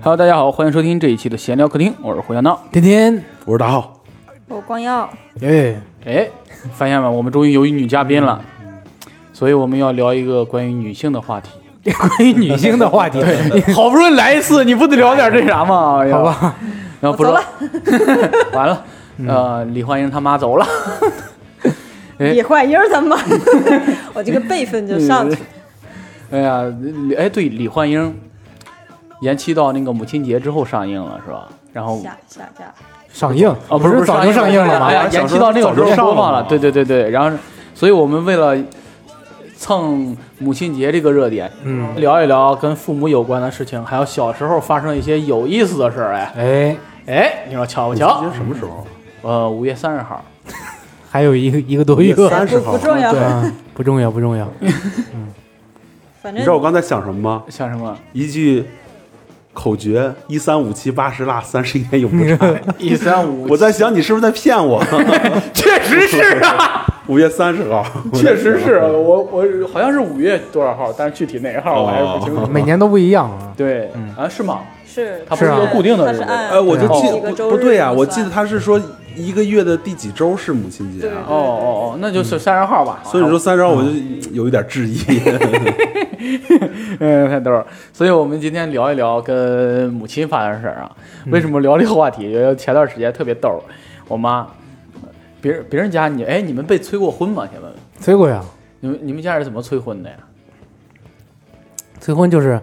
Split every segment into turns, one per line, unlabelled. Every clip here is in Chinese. Hello，大家好，欢迎收听这一期的闲聊客厅，我是胡小闹。
天天，
我是大浩，
我光耀，
哎，
哎，发现吗？我们终于有一女嘉宾了，所以我们要聊一个关于女性的话题。
关于女性的话题，
好不容易来一次，你不得聊点这啥吗？哎呀
好，吧？
然后不
我
说， 完了，呃，李焕英他妈走了，哎
李焕英儿他妈，我这个辈分就上去了。
哎呀，李哎对，李焕英延期到那个母亲节之后上映了是吧？然后
下下架，
上映
哦，不
不
是
早就上映了
哎
吗？
呀，延期到那个时候播放了，对对对对。然后，所以我们为了蹭母亲节这个热点，
嗯，
聊一聊跟父母有关的事情，还有小时候发生的一些有意思的事儿。哎
哎，
哎，你说巧不巧？
什么时候？
呃，五月三十号，
还有一个一个多月，
三十
哎不
号
不。重要，
啊，不重要，不重要。
反
你知道我
正
刚才想什么吗？
像什么
一句口诀：一三五七八十辣，三十年永不差。
一三五，
我在想你是不是在骗我？
确实是 啊，
五月三十号，
确实是啊我我好像是五月多少号，但是具体哪个号我还是不清
哦
楚。
每年都不一一样啊。
对啊，是吗？
是
它不是
一个
固定的
它
日
是
子
按
哎
呃，我就
对
记
哦
几个
不
周
不对
呀，
啊，我记得他是说一个月的第几周是母亲节啊，
哦哦哦，那就是三十号吧。啊
所以说三十号我就有一点质疑。
嗯，太逗了。所以我们今天聊一聊跟母亲发生的事儿啊。为什么聊这个话题？因为前段时间特别逗儿，我妈，别人别人家你哎，你们被催过婚吗？先问问，
催过呀，
你们你们家是怎么催婚的呀？
催婚就是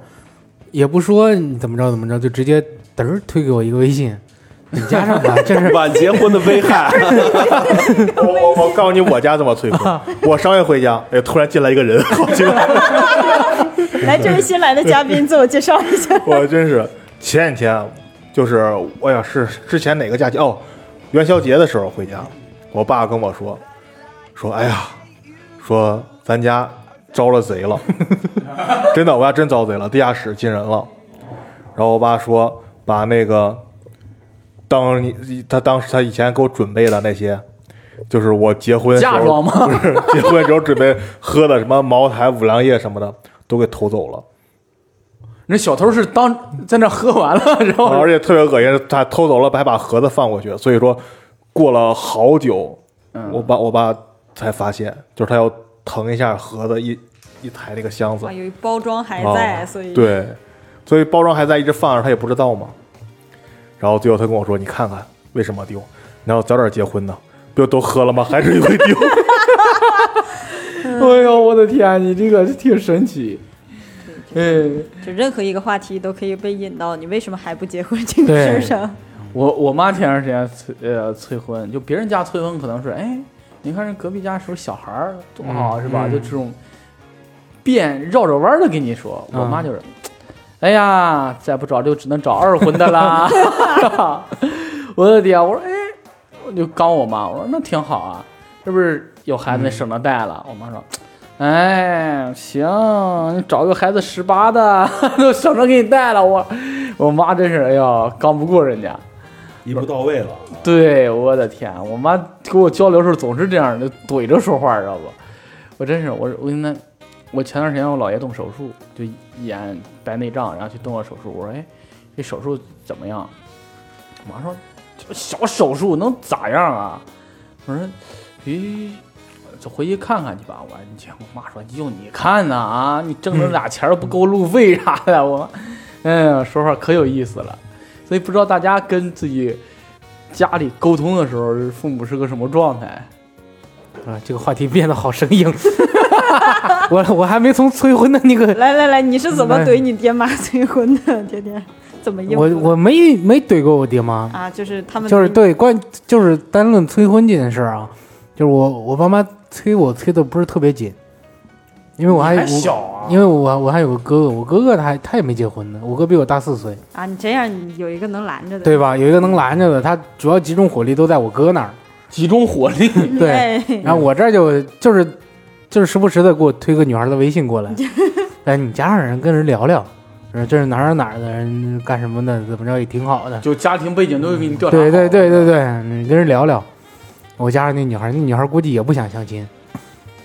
也不说你怎么着怎么着，就直接嘚儿推给我一个微信，你加上 吧，这是
晚结婚的危害，
我我我告诉你，我家怎么催婚。我上月回家，哎，突然进来一个人，好奇怪。，
来这位新来的嘉宾自我介绍一下
我真是前几天，就是哎呀，是之前哪个假期哦，元宵节的时候回家，我爸跟我说，说哎呀，说咱家招了贼了， 真的，我家真遭贼了，地下室进人了。然后我爸说，把那个当你他当时他以前给我准备的那些。就是我结婚时候
嫁妆吗
不是结婚时候准备喝的什么茅台、五粮液什么的，都给偷走了。
那小偷是当在那喝完了，然后、
而且特别恶心，他偷走了，还把盒子放过去，所以说过了好久，
嗯
我爸我爸才发现，就是他要腾一下盒子一一抬那个箱子
啊，，由于包装还
哦
在，所以
对，所以包装还在一直放着，他也不知道嘛。然后最后他跟我说：“你看看为什么丢？你要早点结婚呢，不就都喝了吗？还是 会丢。
哎呦我的天，你这个挺神奇。哎，
就任何一个话题都可以被引到你为什么还不结婚这个
对
事儿上。
我我妈前段时间催呃催婚，就别人家催婚可能是哎，你看人隔壁家是不是小孩儿多好、是吧？就这种变绕着弯儿的跟你说，我妈就是，哎呀，再不找就只能找二婚的啦。 我的天，我说哎，我就刚我妈，我说那挺好啊，这不是有孩子省着带了？我妈说。哎，行，你找个孩子十八的 都省着给你带了。我，我妈真是，哎呀，刚不过人家。
一步到位了。
对，我的天，我妈跟我交流的时候总是这样，就怼着说话，知道吧？我真是，我我现在，我前段时间我姥爷动手术，就眼白内障，然后去动了手术。我说，哎，这手术怎么样？我妈说，这小手术能咋样啊？我说，咦，就回去看看去吧。我说，你去。我妈说，用你看呐啊，你挣那俩钱儿不够路费啥的。我妈，哎呀，说话可有意思了。所以不知道大家跟自己家里沟通的时候，父母是个什么状态？
啊，这个话题变得好生硬。 我我还没从催婚的那个，
来来来，你是怎么
来
怼你爹妈催婚的？天天怎么应付
我
的？
嗯我没没怼过我爹妈，
啊，就是他们
就是
比
对关就是单论催婚这件事儿啊，就是我我爸妈催我催的不是特别紧，因为我还
还
我
小啊
因为我我还有个哥哥，我哥哥他还他也没结婚呢，我哥比我大四岁，
啊，你这样你有一个能拦着的，
对吧？有一个能拦着的，他主要集中火力都在我哥那儿，
集中火力，
对。
哎，
然后我这儿就就是就是时不时的给我推个女孩的微信过来，哎，你加上人跟人聊聊，说这是哪儿哪儿哪儿的人干什么的，怎么着也挺好的，
就家庭背景都给你调查。
对对对对，对，你跟人聊聊。我加上那女孩，那女孩估计也不想相亲，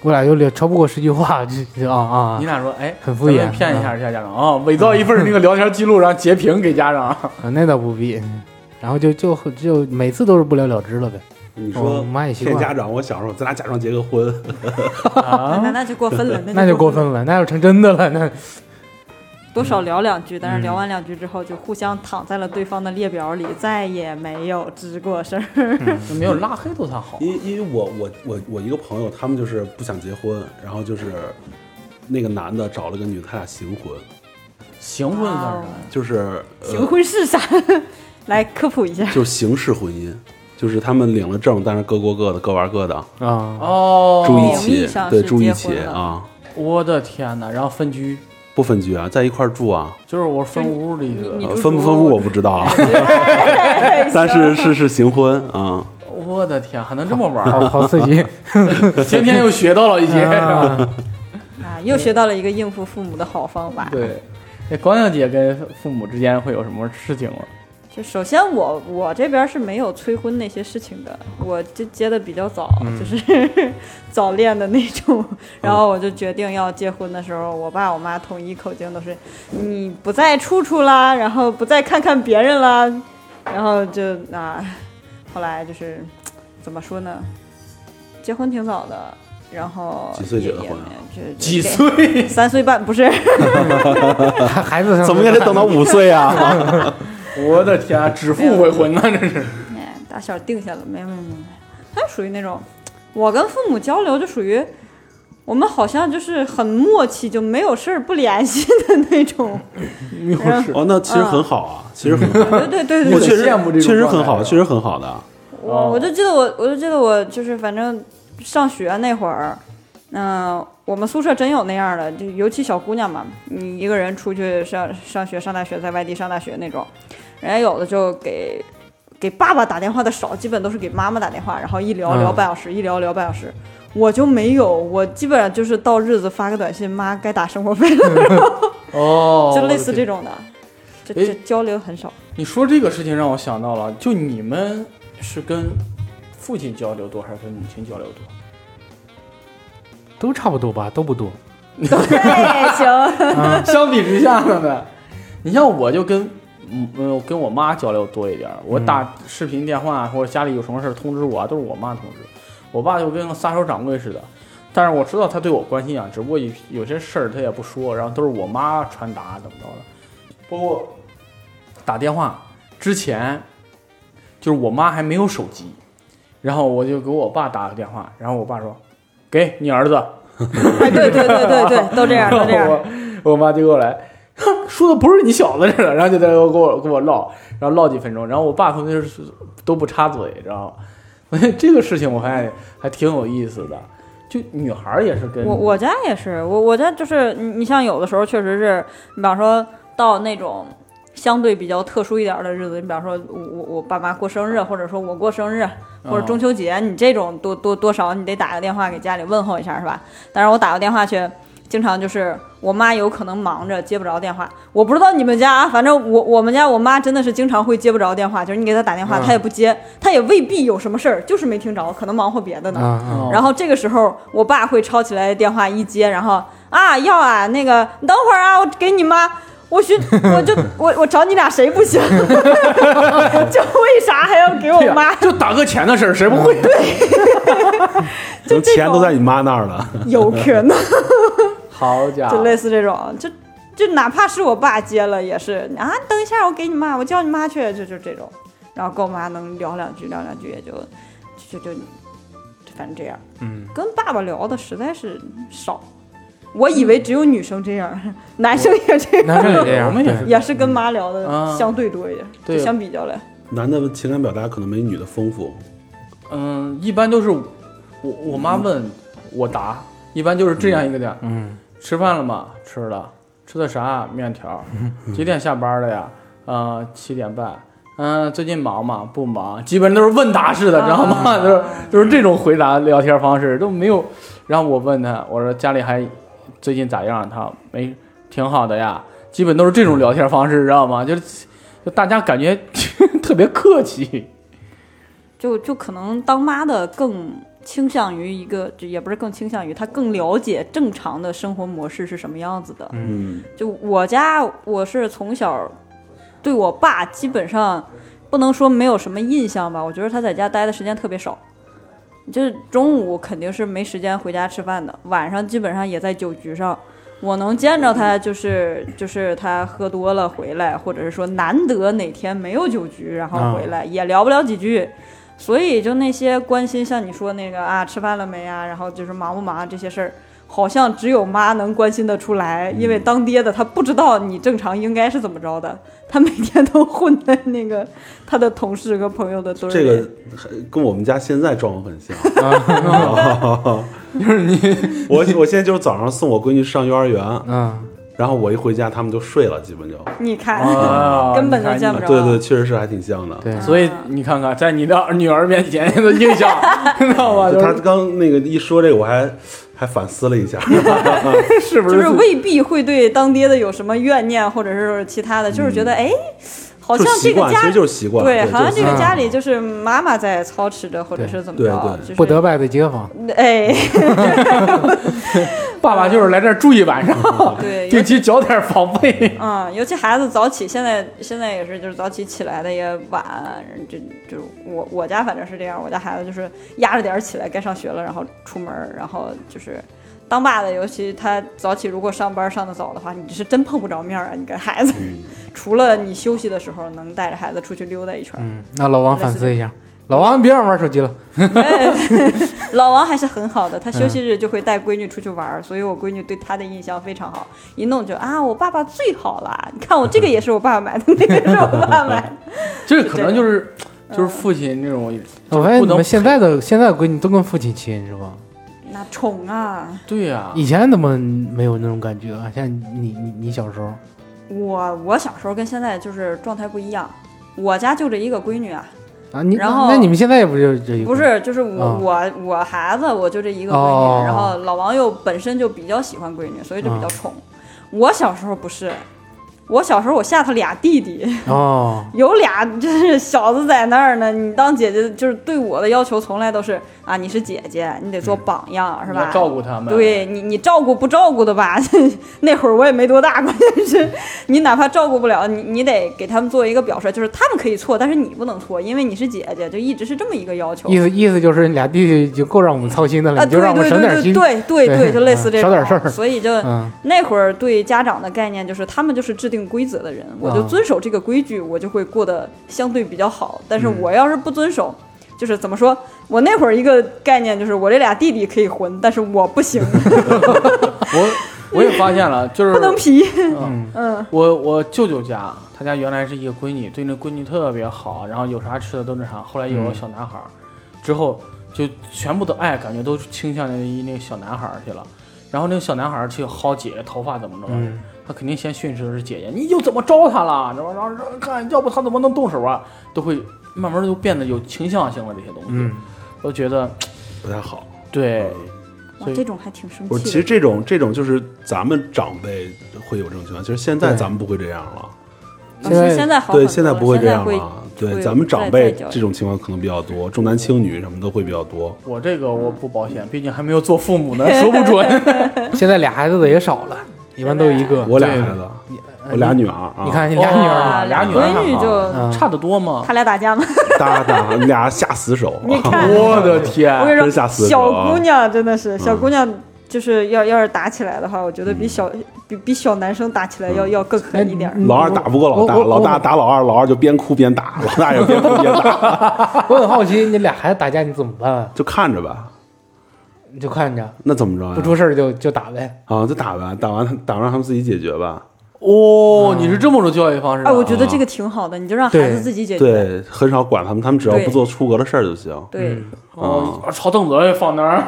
我俩就聊超不过十句话，就就啊啊啊
你俩说，哎，
很敷衍
咱们骗一下家长啊，伪造一份那个聊天记录，然后截屏给家长。
啊，那倒不必。然后就就就每次都是不了了之了呗。
你
我
说
哦妈也习
骗家
惯，
长，我小时候咱俩假装结个婚，
那那就过分了，
那就过分
了。
了，那就成真的了。那
多少聊两句，但
嗯
是聊完两句之后就互相躺在了对方的列表里，再也没有吱 过声儿。
没有拉黑都算好。
因因为我我我我一个朋友，他们就是不想结婚，然后就是那个男的找了个女的，他俩行婚，
行婚算啥呀？
就是
哦行
呃，
婚是啥？ 来科普 一下。
就是形式婚姻，就是他们领了证，但是各过各的，各玩各的，
啊，
哦，
住一
名义
起
上，
对，
是
住一
结
起
婚了
啊，
我的天哪！然后分居，
不分居啊，在一块儿住啊，
就是我分屋里的。
你
呃
住
分不分屋我不知道 啊，但是是是行婚啊，
我的天，还能这么玩儿？
好好刺 激
天天又学到了一 些。
啊！
啊，又学到了一个应付父母的好方法。
对，那光耀姐跟父母之间会有什么事情吗？
就首先我我这边是没有催婚那些事情的，我就接的比较早，
嗯
就是 早恋的那种。然后我就决定要结婚的时候，我爸我妈统一口径都是你不再处处啦，然后不再看看别人啦，然后就啊，后来就是怎么说呢，结婚挺早的，然后
几岁
也
结的
也
婚啊
没就
几？
就
岁？
给三岁半不是。
孩子上
怎么也得等到五 岁啊，
我的天，啊指腹为婚呢， 这是。
哎，打小定下了，没没没没，他属于那种，我跟父母交流就属于，我们好像就是很默契，就没有事儿不联系的那种。
又是
哦，那其实很好啊，其实很好，
对对对
我
对，
确
嗯
实
羡慕这种
确实很
状
好，
态啊
确实很好的，
我我就记得我我就记得我就是反正上学那会儿，嗯、我们宿舍真有那样的，就尤其小姑娘嘛，你一个人出去上上学、上大学，在外地上大学那种，人家有的就给给爸爸打电话的少，基本都是给妈妈打电话，然后一聊
嗯
聊半小时，一聊聊半小时。我就没有，我基本上就是到日子发个短信，妈该打生活费了，
哦，
就类似这种的，这
哎
这交流很少。
你说这个事情让我想到了，就你们是跟父亲交流多还是跟母亲交流多？
都差不多吧，都不多。
对，行，
相比之下呢呗，你像我就跟嗯嗯跟我妈交流多一点儿，我打视频电话或者家里有什么事儿通知我啊，都是我妈通知，我爸就跟个撒手掌柜似的。但是我知道他对我关心啊，只不过有有些事儿他也不说，然后都是我妈传达怎么着的，包括打电话之前，就是我妈还没有手机，然后我就给我爸打个电话，然后我爸说：“给你儿子。”
哎， 对对对对对， 都这样，都这样。
我我妈就给我来，哼，说的不是你小子这个，然后就在那给我跟我唠，然后唠几分钟，然后我爸可能就是都不插嘴，知道吗？ 所以这个事情我发现还挺有意思的，就女孩儿也是跟
我我家也是，我我家就是你你像有的时候确实是，你比方说到那种相对比较特殊一点的日子，你比方说我我我爸妈过生日，或者说我过生日，或者中秋节，你这种多多多少你得打个电话给家里问候一下是吧？但是我打个电话去。经常就是我妈有可能忙着接不着电话，我不知道你们家啊，反正我我们家我妈真的是经常会接不着电话，就是你给她打电话，她也不接，她也未必有什么事儿，就是没听着，可能忙活别的
嗯
呢。
啊
哦
啊！
然后这个时候，我爸会抄起来电话一接，然后啊要啊那个，你等会儿啊，我给你妈，我寻 我就我我找你俩谁不行？ 就为啥还要给我
对呀
妈？
啊
就打个钱的事儿，谁不会？
可能
嗯这
钱
种
都在你妈那儿了。
有可能，
好家
就
伙，
类似这种，就就哪怕是我爸接了也是啊，等一下我给你妈，我叫你妈去，就就这种，然后跟我妈能聊两句，聊两句也就就就就反正这样。
嗯，
跟爸爸聊的实在是少。我以为只有女生这样， 男生也这样，
男生也这样，
我们也
对
是
也是跟妈聊的
啊
相对多一点，
对
就相比较来。
男的情感表达可能没女的丰富，
嗯，一般都是我我妈问我答，一般就是这样一个点，
嗯，
吃饭了吗？吃了，吃的啥？面条。 几点下班的呀？呃，七点半。嗯、最近忙吗？不忙，基本都是问答式的，知道吗？
啊
就是就是这种回答聊天方式都没有。然后我问他，我说家里还最近咋样？他没挺好的呀，基本都是这种聊天方式，知道吗？就是就大家感 觉特别客气，
就就可能当妈的更倾向于一个，就也不是更倾向于，他更了解正常的生活模式是什么样子的。
嗯，
就我家，我是从小对我爸基本上不能说没有什么印象吧，我觉得他在家待的时间特别少，就是中午肯定是没时间回家吃饭的，晚上基本上也在酒局上。我能见着他，就是就是他喝多了回来，或者是说难得哪天没有酒局，然后回来、也聊不了几句，所以就那些关心像你说那个啊吃饭了没啊，然后就是忙不忙啊这些事儿，好像只有妈能关心得出来，因为当爹的他不知道你正常应该是怎么着的，他每天都混在那个他的同事和朋友的堆儿里。
这个还跟我们家现在状况很像。啊
就是你，
我我现在就是早上送我闺女上幼儿园，
嗯，
然后我一回家，他们就睡了，基本就。
你看，
啊
根本就见不着。
对对，确实是还挺像的。
对，
所以你看看，在你的女儿面前的印 象，知道吧？
就
就
他
是
刚那个一说这个，我还还反思了一下。
是不
就是是未必会对当爹的有什么怨念，或者是其他的，就是觉得哎，好像
就是
这
习
个
惯，其
家
实嗯就是习惯，
对，好像
就是嗯
这个家里就是妈妈在操持着，或者是怎么着
对对，
就是
不得拜的街坊，
嗯
哎，
爸爸就是来这儿住一晚
嗯
上，
对，尤
定期缴点房费。
嗯，尤其孩子早起，现在现在也是，就是早起起来的也晚，就就我我家反正是这样，我家孩子就是压着点儿起来，该上学了，然后出门儿，然后就是当爸的，尤其他早起如果上班上的早的话，你是真碰不着面儿啊，你跟孩子， 除了你休息的时候能带着孩子出去溜达一圈儿，
嗯，那老王反思一下，老王别让玩手机了，
老王还是很好的，他休息日就会带闺女出去玩儿，所以我闺女对他的印象非常好。一弄就啊，我爸爸最好啦！你看我这个也是我爸买的，那个是我爸买的。
这可能就是就是父亲那种，
嗯我发现
不
你
能
们现在的现在的闺女都跟父亲亲是吧？
那宠啊，
对呀，
以前怎么没有那种感觉啊？像你你你小时候，
我我小时候跟现在就是状态不一样。我家就这一个闺女啊，
啊，你
然
那
后
那你们现在也不就这一个
不是，就是我、
啊
我我孩子，我就这一个闺女。
哦
然后老王又本身就比较喜欢闺女，所以就比较
啊
宠。我小时候不是，我小时候我下他俩弟弟。
哦，
有俩就是小子在那儿呢，你当姐姐就是对我的要求从来都是啊，你是姐姐，你得做榜样，是
你要
吧？
照顾他们。，
对你，你照顾不照顾的吧？ 那会儿我也没多大，关键是你哪怕照顾不了，你你得给他们做一个表率，就是他们可以错，但是你不能错，因为你是姐姐，就一直是这么一个要求。
意思意思就是你俩弟弟已经够让我们操心的了，
啊，
你就
对
让我
对
省点
对对
心，
对对
对
对，就类似
嗯
这
少
种，
点事儿
所以就
嗯，
那会儿对家长的概念就是，他们就是制定规则的
啊
人，我就遵守这个规矩，我就会过得相对比较好。但
嗯
是我要是不遵守，就是怎么说？我那会儿一个概念就是，我这俩弟弟可以混，但是我不 行，
我我也发现了，就是
不能 皮。
嗯
嗯，
我我舅舅家，他家原来是一个闺女，对那闺女特别好，然后有啥吃的都那啥。后来有了
嗯
小男孩儿，之后就全部的爱感觉都倾向于那个小男孩儿去了。然后那个小男孩儿去薅姐姐头发怎么着，
嗯
他肯定先训斥的是姐姐，你又怎么招他了？然后然后然后看，要不他怎么能动手啊？都会慢慢就变得有倾向性了，这些东西，
嗯，
都觉得
不太好。嗯
对，
哇
所，以
这种还挺生
我
气的。
其实这种这种就是咱们长辈会有这种情况，其实现在
对
咱们不会这样了。
啊其实现在好很多了，
对，现
现
在不会这样
会
了。对，
会
咱们
再
长辈
再教育
这种情况可能比较多，重男轻女什么都会比较多。
我这个我不保 险，毕竟还没有做父母呢，说不准。
现在俩孩子的也少了，一般都一个，
我俩
对
孩子，我俩女儿啊，
呃你看你俩女儿，
啊哇俩女儿
闺女就
嗯
差得多吗？
他俩打架嘛。
搭档，你俩下死手。啊
你看
我的天！
我跟你
真
说，
吓死
小
我了嗯
姑娘真的是小姑娘，就是要要是打起来的话，我觉得比小比比小男生打起来要要更
哎
狠一点儿。
嗯
老二打不过老大，
我我
老大打老二，老二就边哭边打，老大也边哭边打，
我很好奇，你俩孩子打架你怎么办啊？
就看着吧。
你就看着
那怎么着呀？
不出事儿就就打呗。
啊，就打吧，打完打完他们自己解决吧。
哦，你是这么种教育方式啊？
哎，我觉得这个挺好的，你就让孩
对
子自己解决。
对，很少管他们，他们只要
对
不做出格的事儿就行。
对，
哦，
嗯
抄凳子放那儿，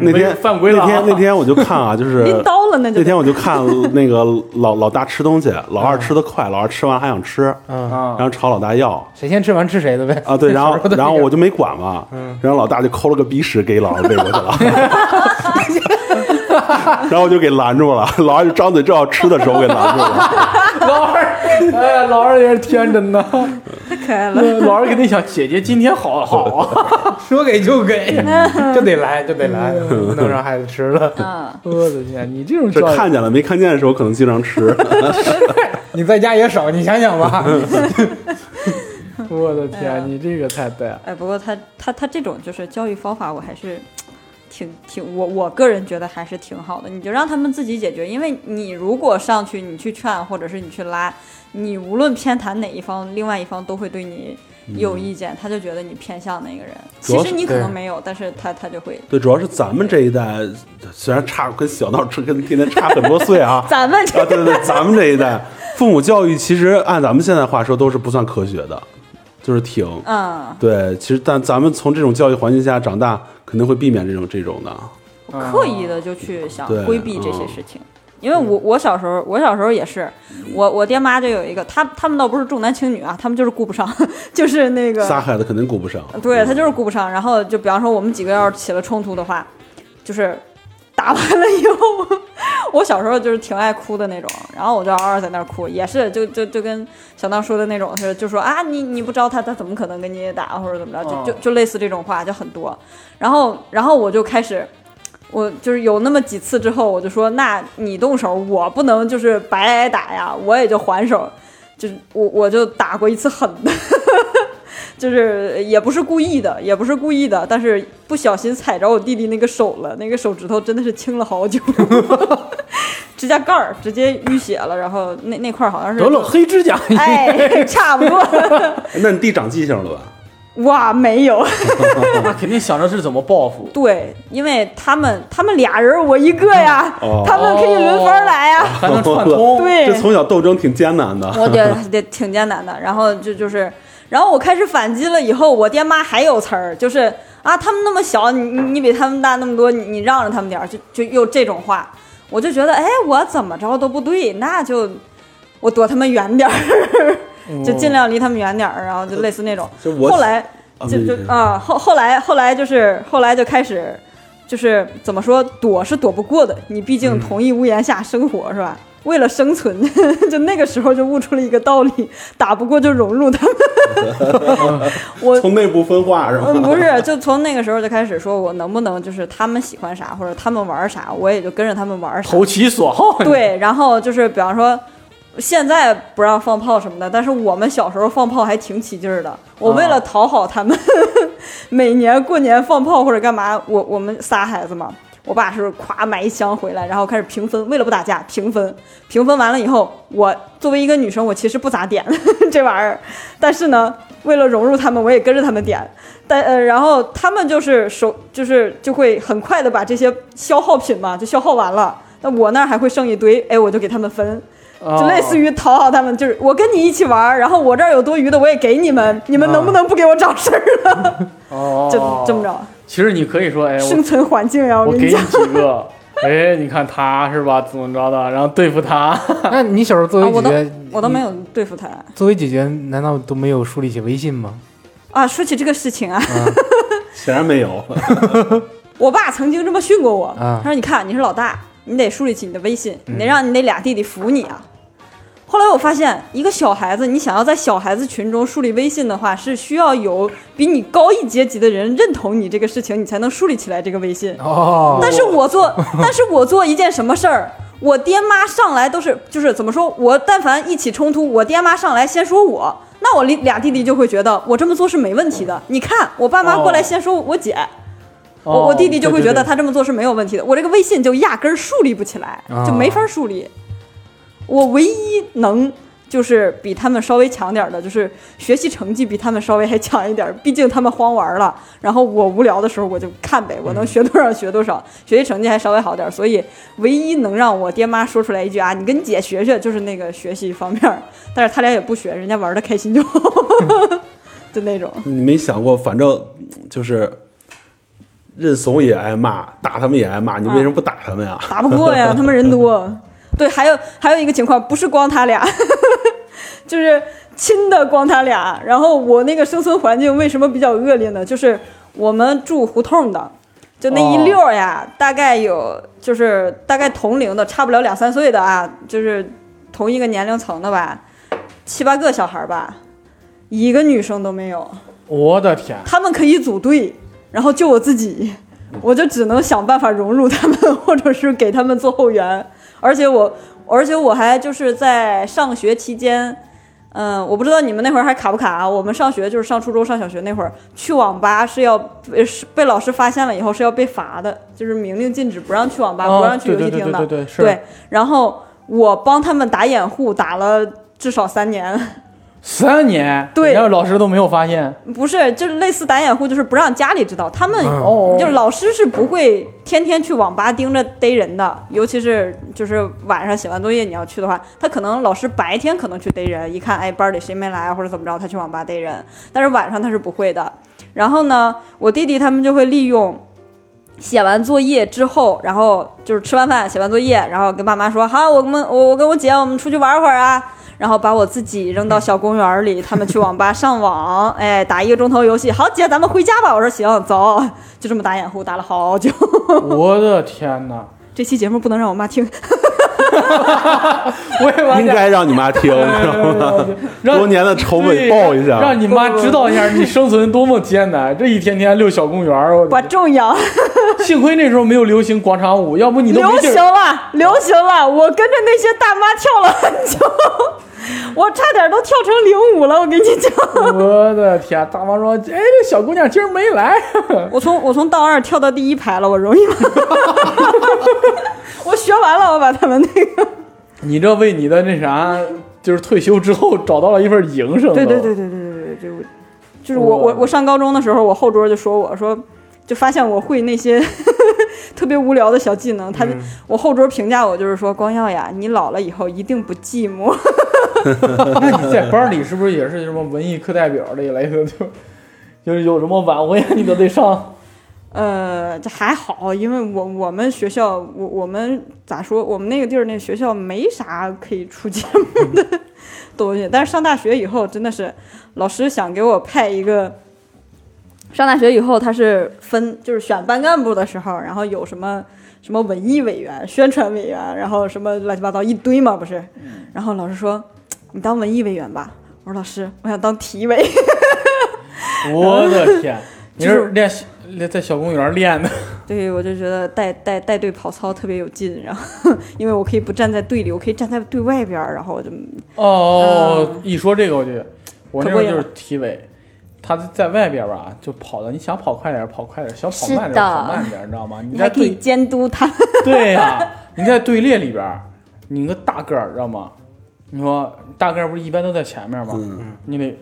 那天
没嗯犯规了
那
啊。
天那天我就 看啊，就是
拎刀了那就
那天我就看那个老老大吃东西，老二吃的快，老二吃完还想吃，
嗯，
然
啊，
后朝老大要
谁先吃完吃谁的呗。
啊，对，然后
小时候都
然后
这样
我就没管嘛，然后老大就抠了个鼻屎给老二喂过去了， 然后我就给拦住了，老二就张嘴正要吃的时候我给拦住了，
老二，哎，老二也是天真的，
可爱了。
那老师肯定想，姐姐今天好好 啊，
说给就给，就得来就得来，不能让孩子吃了。
嗯，
我的天，你这种
这
教育，
看见了没看见的时候，可能经常吃。
你在家也少，你想想吧。
我的
哎呀
天，你这个太 对了。
哎，不过他他他这种就是教育方法，我还是挺挺我我个人觉得还是挺好的。你就让他们自己解决，因为你如果上去你去劝或者是你去拉，你无论偏袒哪一方，另外一方都会对你有意见，他就觉得你偏向哪个人。
主
其
要
实
是
你可
对
能没有，但是他他就会。，
对，主要是咱们这一代，虽然差跟小闹吃跟天天差很多岁啊
咱们这
啊，对对对，咱们这一代父母教育其实按咱们现在话说都是不算科学的，就是挺
嗯，
对。其实但咱们从这种教育环境下长大，肯定会避免这种这种的。
刻意的就去想
对
规避这些事情。因为我我小时候，我小时候也是，我我爹妈就有一个，他他们倒不是重男轻女啊，他们就是顾不上， 就是那个
仨孩子肯定顾不上，
对他就是顾不上。然后就比方说我们几个要是起了冲突的话，就是打完了以后， 我小时候就是挺爱哭的那种，然后我就嗷嗷在那儿哭，也是就就就跟小闹说的那种似的，就说啊你你不招他，他怎么可能跟你打或者怎么着，
哦
就就就类似这种话就很多。然后然后我就开始。我就是有那么几次之后，我就说，那你动手，我不能就是白挨打呀，我也就还手，就是我我就打过一次狠的， 就是也不是故意的，也不是故意的，但是不小心踩着我弟弟那个手了，那个手指头真的是青了好久， 指甲盖儿直接淤血了，然后那那块儿好像是
得了黑指甲，
哎， 差不多，
嗯那你弟长记性了吧？
哇，没有，
那肯定想着是怎么报复。
对，因为他们他们俩人儿我一个呀，
哦
他们可以轮番儿来呀，
还能 串通，
对
这从小斗争挺艰难的。
我觉得挺艰难的。然后就就是，然后我开始反击了以后，我爹妈还有词儿，就是啊，他们那么小，你你你比他们大那么多，你你让着他们点儿，就就又这种话，我就觉得，哎，我怎么着都不对，那就我躲他们远点儿， 就尽量离他们远点儿，然后就类似那种。
就我
后来
啊
就
没
就啊，后后来后来就是后来就开始。就是怎么说，躲是躲不过的。你毕竟同一屋檐下生活、是吧？为了生存， 就那个时候就悟出了一个道理：打不过就融入他们。我
从内部分化是吧？
嗯，不 是，就从那个时候就开始说，我能不能就是他们喜欢啥或者他们玩啥，我也就跟着他们玩啥。
投其所好。，
对，然后就是比方说，现在不让放炮什么的，但是我们小时候放炮还挺起劲儿的。我为了讨好他们， 每年过年放炮或者干嘛，我我们仨孩子嘛，我爸是咵买一箱回来，然后开始平分，为了不打架平分，平分完了以后，我作为一个女生，我其实不咋点 这玩意儿，但是呢，为了融入他们，我也跟着他们点。但呃，然后他们就是手，就是就会很快的把这些消耗品嘛，就消耗完了。那我那儿还会剩一堆，哎，我就给他们分，
哦
就类似
于
于讨好他们，就是我跟你一起玩儿，然后我这儿有多余的我也给你们，你们能不能不给我找事儿了？
嗯哦，
就这么。着，
其实你可以说，哎，
生
我
存环境呀，
我
跟
给
你
你
讲。
几个， 哎，你看他是吧，怎么着的，然后对付他。
那你小时候作
啊，
为
我
姐
都
姐，
我都没
你
有对付他
作为姐姐，难道都没有树立起威信吗？
啊！说起这个事情
嗯
啊，
显然没有。
我爸曾经这么训过我，
啊嗯
他说：“你看，你是老大，你得树立起你的威信，你得让你那俩弟弟服你啊。后来我发现，一个小孩子，你想要在小孩子群中树立威信的话，是需要有比你高一阶级的人认同你这个事情，你才能树立起来这个威信。
哦，
但是我做，但是我做一件什么事儿，我爹妈上来都是就是怎么说，我但凡一起冲突，我爹妈上来先说我，那我俩俩弟弟就会觉得我这么做是没问题的。你看，我爸妈过
哦
来先说我姐，
哦
我我弟弟就会觉得
他
他这么做是没有问题的。我这个微信就压根儿树立不起来，就没法树立。我唯一能就是比他们稍微强点儿的，就是学习成绩比他们稍微还强一点儿。毕竟他们荒玩儿了，然后我无聊的时候我就看呗，我能学多少学多少，学习成绩还稍微好点儿。所以唯一能让我爹妈说出来一句啊，你跟你姐学学，就是那个学习方面儿。但是他俩也不学，人家玩的开心就好， 就那种。
你没想过，反正嗯就是认怂也挨骂，打他们也挨骂，你为什么不打他们呀？
打不过呀，他们人多。对，还有还有一个情况，不是光他俩， 就是亲的光他俩。然后我那个生存环境为什么比较恶劣呢？就是我们住胡同的，就那一溜儿呀，大概有就是大概同龄的，差不了两三岁的啊，就是同一个年龄层的吧，七八个小孩儿吧。一个女生都没有，
我的天，
他们可以组队，然后就我自己，我就只能想办法融入他们，或者是给他们做后援。而且我，而且我还就是在上学期间，嗯、我不知道你们那会儿还卡不卡啊？我们上学就是上初中、上小学那会儿，去网吧是要被是被老师发现了以后是要被罚的，就是明令禁止不让去网吧，
哦
不让去游戏
对对
厅的。
对对对对是
然后我帮他们打掩护，打了至少三年。
三年，
对
然后老师都没有发现，
不是，就是类似打掩护，就是不让家里知道。他们、
哦
就是老师是不会天天去网吧盯着逮人的，尤其是就是晚上写完作业你要去的话，他可能老师白天可能去逮人，一看哎班里谁没来啊或者怎么着，他去网吧逮人，但是晚上他是不会的。然后呢，我弟弟他们就会利用。写完作业之后，然后就是吃完饭写完作业，然后跟爸妈说好，我们我我跟我姐我们出去玩会儿啊，然后把我自己扔
嗯
到小公园里，他们去网吧上网，哎，打一个钟头游戏。好姐，咱们回家吧。我说行，走， 就这么打掩护，打了好久。
我的天哪，
这期节目不能让我妈听，
我也
嗯
完
应
全。
该让你妈听，你知道吗？
让
多年的仇
对
恨报一下，
让你妈知道一下你生存多么艰 难。这一天天溜小公园儿，我
不重要。
幸亏那时候没有流行广场舞，要不你都
流
没
行
地儿。
了，流行了，我跟着那些大妈跳了很久， 我差点都跳成领舞了。我跟你 讲，
我的天！大妈说：“哎，这小姑娘今儿没来。
我从我从倒二跳到第一排了，我容易吗？ 我学完了，我把他们那个。”
你这为你的那啥，就是退休之后找到了一份营生。
对对
都，
对对对对对，就就是我我
哇
我上高中的时候，我后桌就说我说，就发现我会那些 特别无聊的小技能。他、就我后桌评价我就是说，光耀呀，你老了以后一定不寂寞。
那你在班里是不是也是什么文艺课代表这一类的？就就是有什么晚会啊你都得上。
呃，这还好，因为我我们学校，我我们咋说，我们那个地儿那学校没啥可以出节目的 东西。但是上大学以后，真的是老师想给我派一个。上大学以后，他是分就是选班干部的时候，然后有什么什么文艺委员、宣传委员，然后什么乱七八糟一堆嘛，不是？然后老师说：“你当文艺委员吧。”我说：“老师，我想当体委。”
我的 天！你
就是
是练练在小公园练的？
对，我就觉得带带带队跑操特别有劲，然后因为我可以不站在队里，我可以站在队外边儿，然后我就
哦，一说这个我就，我那时候
可
就
不也
是体委，他在外边吧，就跑的，你想跑快点儿跑快点儿，想跑
是
慢点
的
儿跑慢点儿，你知道吗？你
你
在
还可以
队
监督他。
对呀、你在队列里边儿，你个大个儿，知道吗？你说大个儿不是一般都在前面吗？
嗯，
你得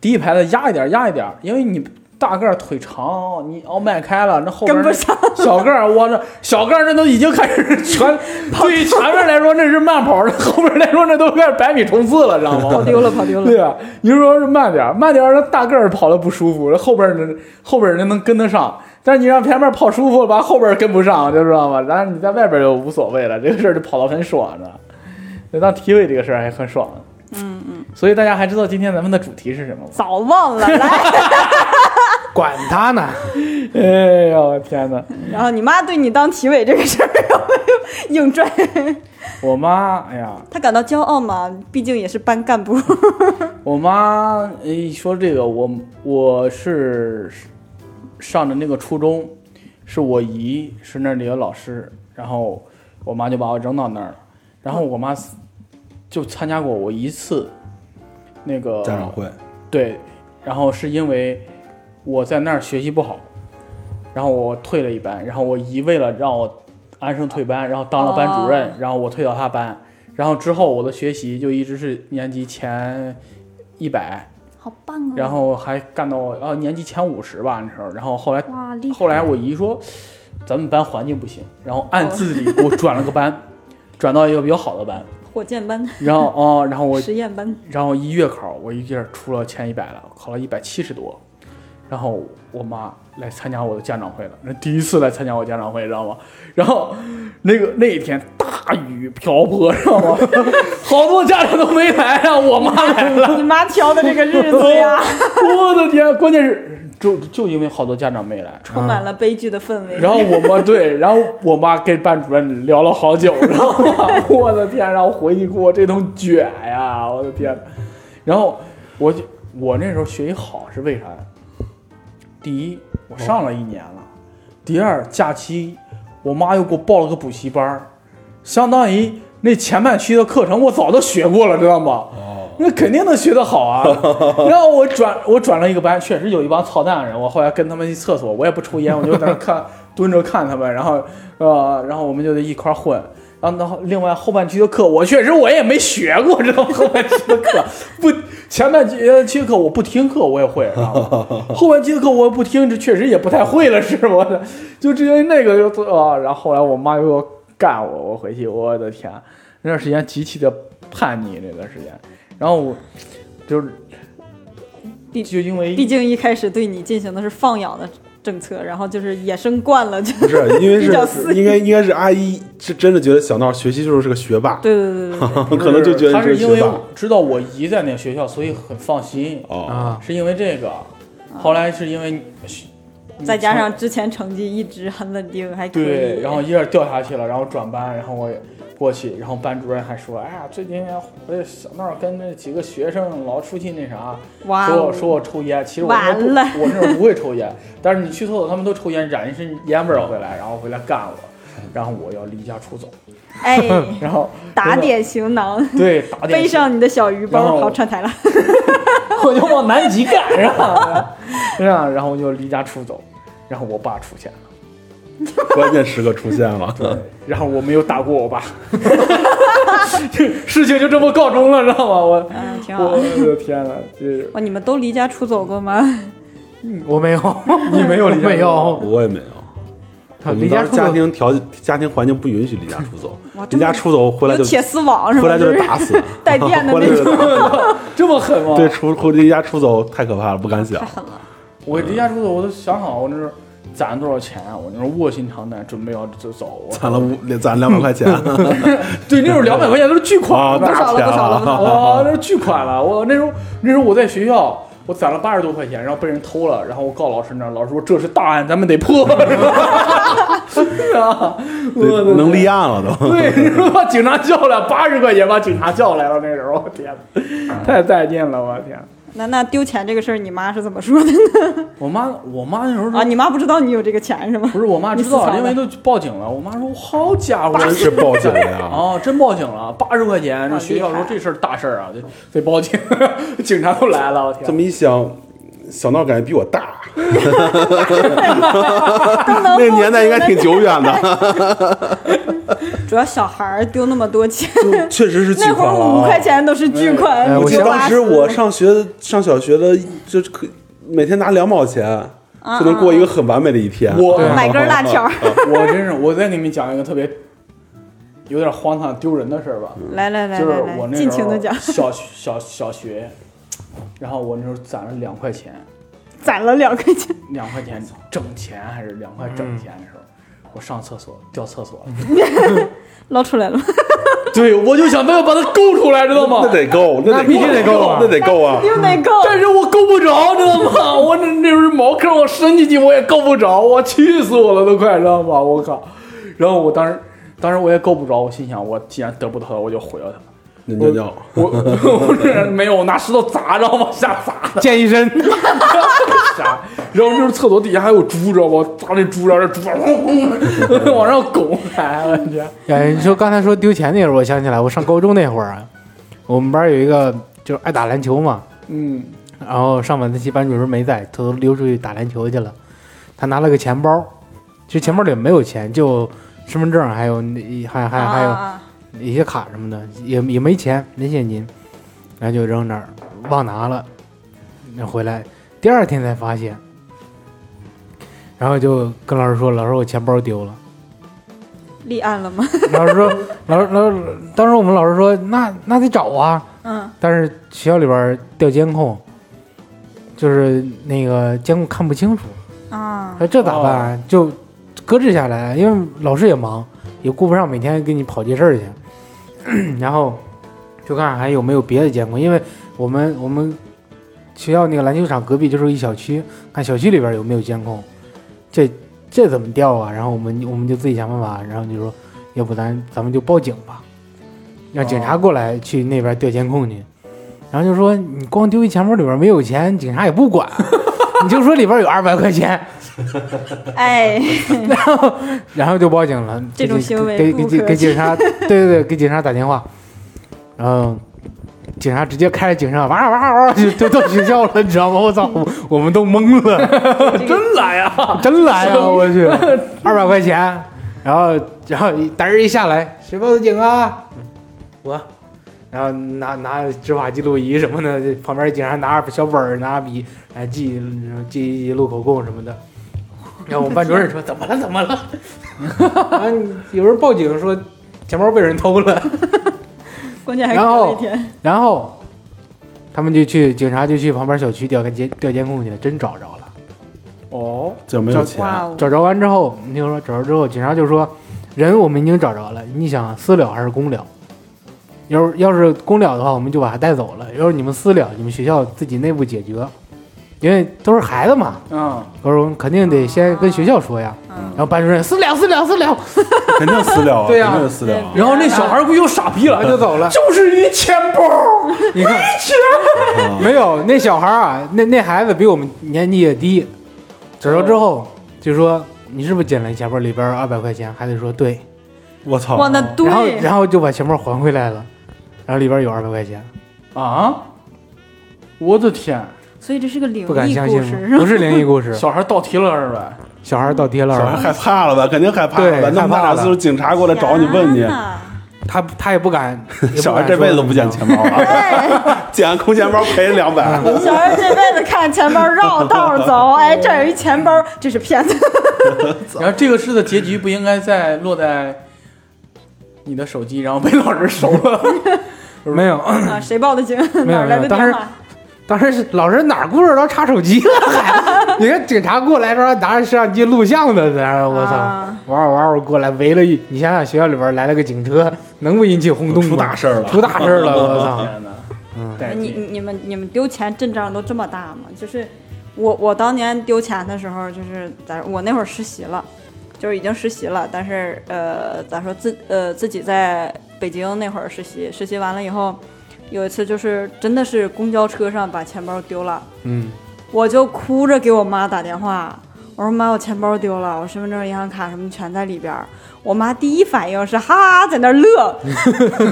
第一排的压一点儿，压一点儿，因为你大个儿腿长，你要迈开了，那后边
跟不
儿
上
那小个儿，我这小个儿这都已经开始全 对于前面来说那是慢跑，后边来说那都开始百米冲刺了，知道吗？
跑丢了，跑丢了。
哦 对啊，你就说是慢点儿，慢点儿，那大个儿跑的不舒服，然后后边儿人后边儿人能跟得上，但是你让前面跑舒服了吧，后边儿跟不上，就知道吗？然后你在外边儿就无所谓了，这个事儿就跑得很爽的。那当体委这个事儿还很爽，嗯嗯。所以大家还知道今天咱们的主题是什么吗？
早忘了来，
管他呢，
哎呦天哪！
然后你妈对你当体委这个事儿有没有硬拽？
我妈，哎呀，
她感到骄傲吗？毕竟也是班干部。
我妈哎一说这个，我我是上的那个初中，是我姨是那里的老师，然后我妈就把我扔到那儿了，然后我妈就参加过我一次那个
家长会，
对，然后是因为我在那儿学习不好，然后我退了一班，然后我姨为了让我安生退班，然后当了班主任，
哦
然后我退到她班，然后之后我的学习就一直是年级前一百，
好棒啊
然后还干到呃年级前五十吧那时候，然后后来
哇，厉害！
后来我姨说，咱们班环境不行，然后
哦
暗自里给我转了个班，转到一个比较好的班，
火箭班、
然后哦，然后我
实验班，
然后一月考，我一下出了前一百了，考了一百七十多。然后我妈来参加我的家长会了，那第一次来参加我家长会，知道吗？然后那个那一天大雨瓢泼，知道吗？ 好多家长都没来，让我妈来 了。
你妈挑的这个日子呀，
我的天，关键是就就因为好多家长没来，
充满了悲剧的氛围。
然后我妈对，然后我妈跟班主任聊了好久，然后我的天，然后回去给我这通卷呀，我的天，然后我就我那时候学习好是为啥呀？第一，我上了一年了；第二，假期我妈又给我报了个补习班儿，相当于那前半期的课程我早都学过了，知道吗？那肯定能学得好啊！然后我转我转了一个班，确实有一帮操蛋的人。我后来跟他们去厕所，我也不抽烟，我就在那看蹲着看他们，然后呃，然后我们就得一块儿混。然啊后，然后另外后半区的课，我确实我也没学过，知道吗？后半区的课不，前半区呃区的课我不听课我也会， 知道吗？后半区的课我不听，这确实也不太会了，是我的，就至于那个就啊，然后后来我妈又给我干我，我回去，我的天，那段时间极其的叛逆，那段时间，然后我就是
毕
就因为
毕竟一开始对你进行的是放养的政策，然后就是野生惯了，就
不是，因为
比较肆
是
意，
应该应该是阿姨是真的觉得小闹学习就是个学霸
对对对对对，
不是
可能就觉
他
得
是
是
因
学
为
霸。
知道我姨在那学校，所以很放心，
哦，
啊，
是因为这个。后来是因为
嗯再加上之前成绩一直很稳定，还可以
对，然后一下掉下去了，然后转班，然后我也过去，然后班主任还说：“哎呀，最近我这小闹跟那几个学生老出去那啥，
哇
说我
哦，
说我抽烟，其实我那时候不
完了
我那时候不会抽烟，但是你去厕所他们都抽烟，染一身烟味儿回来，然后回来干我，然后我要离家出走，
哎，
然 后
打点行囊，
对打点
背上你的小鱼
然后
包，好串台了。
我就往南极干，是吧？ 是吧？然后我就离家出走，然后我爸出现了。”
关键时刻出现了，
然后我没有打过我爸， 事情就这么告终了，知道吗？我
嗯，挺好
我。的天呐，这
哇，你们都离家出走过吗？
我没有，
你没有理解
没有，
我也没有。我
离
们
家
当时
出
家
走，
庭条家庭环境不允许离家出走
哇，这
离
么
家出走回来
有
就
铁丝网是吧？
回来就
就是，
打死
带电的
回来就是
那种。
打死
这么狠吗？
对，，出出离家出走太可怕了，不敢想
太。狠了，
我离家出走，我都想好，我那时候攒多少钱，我那时候卧薪尝胆，准备要走走。
攒了五攒两百 块钱，
对，那时候两百块钱都是巨
哇，
款，
不少
啊大
了
钱
不少了不少
了。
哇，那是巨款了。我那时候那时候我在学校。我攒了八十多块钱，然后被人偷了，然后我告老师那儿，老师说这是大案，咱们得破。 是 啊，我的
对，能
天
立案了 都。
对，你说把警察叫来，八十块钱把警察叫来了，那时候我天哪，太带劲了，我天！
那那丢钱这个事儿，你妈是怎么说的
我妈，我妈那时候
嗯
说
啊？你妈不知道你有这个钱是吗？
不是我妈知
你私藏
道，
的
因为都报警了。我妈说，好家伙，
真是报警了 呀！
啊，真报警了，八十块
啊
钱。那学校说这事儿大事儿啊，得得报警， 警察都来了，我
这
天！
么一想，小闹感觉比我大，
都能
那个
付
年代应该
出
挺久 远的，
主要小孩儿丢那么多钱，
就确实是巨
那会
款
儿
了
五
啊。
块钱都是巨款。
哎
你
我
我记
就
得
想
拉
当时
丝
我上学上小学的，就是可每天拿两毛钱
嗯
就能过一个很完美的一天。
我
买根辣条儿，
嗯
我真是，我再给你们讲一个特别有点荒唐丢人的事儿吧。
嗯
来来来
就是
来
我
来，
那
尽情的
时
讲
候，小小小学，然后我那时候攒了两块钱，
攒了两块钱，
两块钱整钱还是两块整钱的时候，
嗯
我上厕所掉厕所了。
捞出 来了。
对，我就想办法把它勾出来，知道吗
那？得够，那
那必须得够啊
那得够啊！
又得够，
但是我够不着，知道吗？我那那时候茅坑我伸进去我也够不着，我气死我了都快，知道吗？我靠！然后我当时，当时我也够不着，我心想，我既然得不到它，我就毁了它。
那啊尿尿，
我 我这没有，我拿石头砸，知道吗？瞎砸的。
溅一身，
啥？然后就是厕所底下还有猪，知道吗？砸那猪，然后这猪嗡嗡 往上拱来，我去。
哎，你说刚才说丢钱那会儿，我想起来，我上高中那会儿啊，我们班有一个就是爱打篮球嘛，
嗯，
然后上晚自习班主任没在，偷偷溜出去打篮球去了。他拿了个钱包，其实钱包里没有钱，就身份证还有那还还还有
啊
一些卡什么的，也也没钱，没现金，然后就扔那儿，忘拿了。那回来第二天才发现，然后就跟老师说：“老师，我钱包丢了。”
立案了 吗？
老师说，老师老师，当时我们老师说，那那得找啊。
嗯，
但是学校里边儿调监控，就是那个监控看不清楚，
啊，
哎，这咋办、啊？就搁置下来，因为老师也忙，也顾不上每天给你跑这事儿去。 然后就看还有没有别的监控，因为我们我们学校那个篮球场隔壁就是一小区，看小区里边有没有监控。这这怎么调啊？然后我们我们就自己想办法，然后就说，要不咱咱们就报警吧，让警察过来去那边调监控去。然后就说你光丢一钱包里边没有钱，警察也不管，你就说里边有二百块钱，
哎，
然后 然后就报警了。
这种行为
给
不
给给
可
给
取
警察，对对对，给警察打电话，然后警察直接开着警车，哇哇哇就就到学校了，你知道吗？我操，我我们都懵了，
真来啊！
真来啊！我去，二百块钱，然后然后一嘚儿一下来，谁报的警啊？我。然后拿拿执法记录仪什么的，这旁边警察拿着小本儿拿着笔，哎记记录口供什么的。然后我们班主任说：“怎么了？怎么了？” 啊，有人报警说钱包被人偷了，
关键还
然
隔
后啊
一天，
然后他们就去警察就去旁边小区调个监调监控去了，真找着了。
哦，
就没有钱，
哇哦，
找着完之后，你就说找着之后，警察就说人我们已经找着了，你想私了还是公了？要是要是公了的话，我们就把他带走了；要是你们私了，你们学校自己内部解决，因为都是孩子嘛。
嗯，
我说我们肯定得先跟学校说呀。
嗯
然后班主任私了私了私了，
肯定私了啊，
对呀
肯定是私了啊。
然后那小孩儿不又傻逼了，
他就走了。
就是一钱包，
你看，没有那小孩儿啊，那那孩子比我们年纪也低，找着之后就说你是不是捡了钱包里边二百块钱？孩子说对，
我操！
哇，那
然后
对，
然后就把钱包还回来了，然后里边有二百块钱，
啊！我的天，
所以这是个灵
不敢
异
相
故
信
事，
吗，不是灵异故 事，
小孩倒贴了二百，
小孩倒贴了
小孩
二百，
害怕了吧？肯定害怕了吧？
对
那么
害怕
大
了
岁数，警察过来找你问你
天，啊哪
他他也不敢，也
小
不
孩
敢
这辈子
说
都不捡钱包了， 捡空钱包赔两百。
哎小孩这辈子看钱包绕道儿 走，哎，这儿有一钱包，这是骗子。
然后这个事的结局不应该再落在你的手机，然后被老师收了。
没有，
啊，谁报的警？
没有
哪儿来的
当时
电话？
当时是老师哪儿顾着到查手机了，还 你看警察过来说拿着摄像机录像的，在那儿我操，
啊
玩儿玩儿玩儿过来围了一，你想想学校里边儿来了个警车，能不引起轰动吗？
出大事儿了
出大事儿了，我操！
天哪，带
你
劲
你你们你们丢钱阵仗都这么大吗？就是我我当年丢钱的时候，就是咱我那会儿实习了，就是已经实习了，但是呃，咋说自呃自己在北京那会儿实习，实习完了以后，有一次就是真的是公交车上把钱包丢了，
嗯，
我就哭着给我妈打电话，我说妈，我钱包丢了，我身份证、银行卡什么全在里边儿。我妈第一反应是哈哈在那儿乐，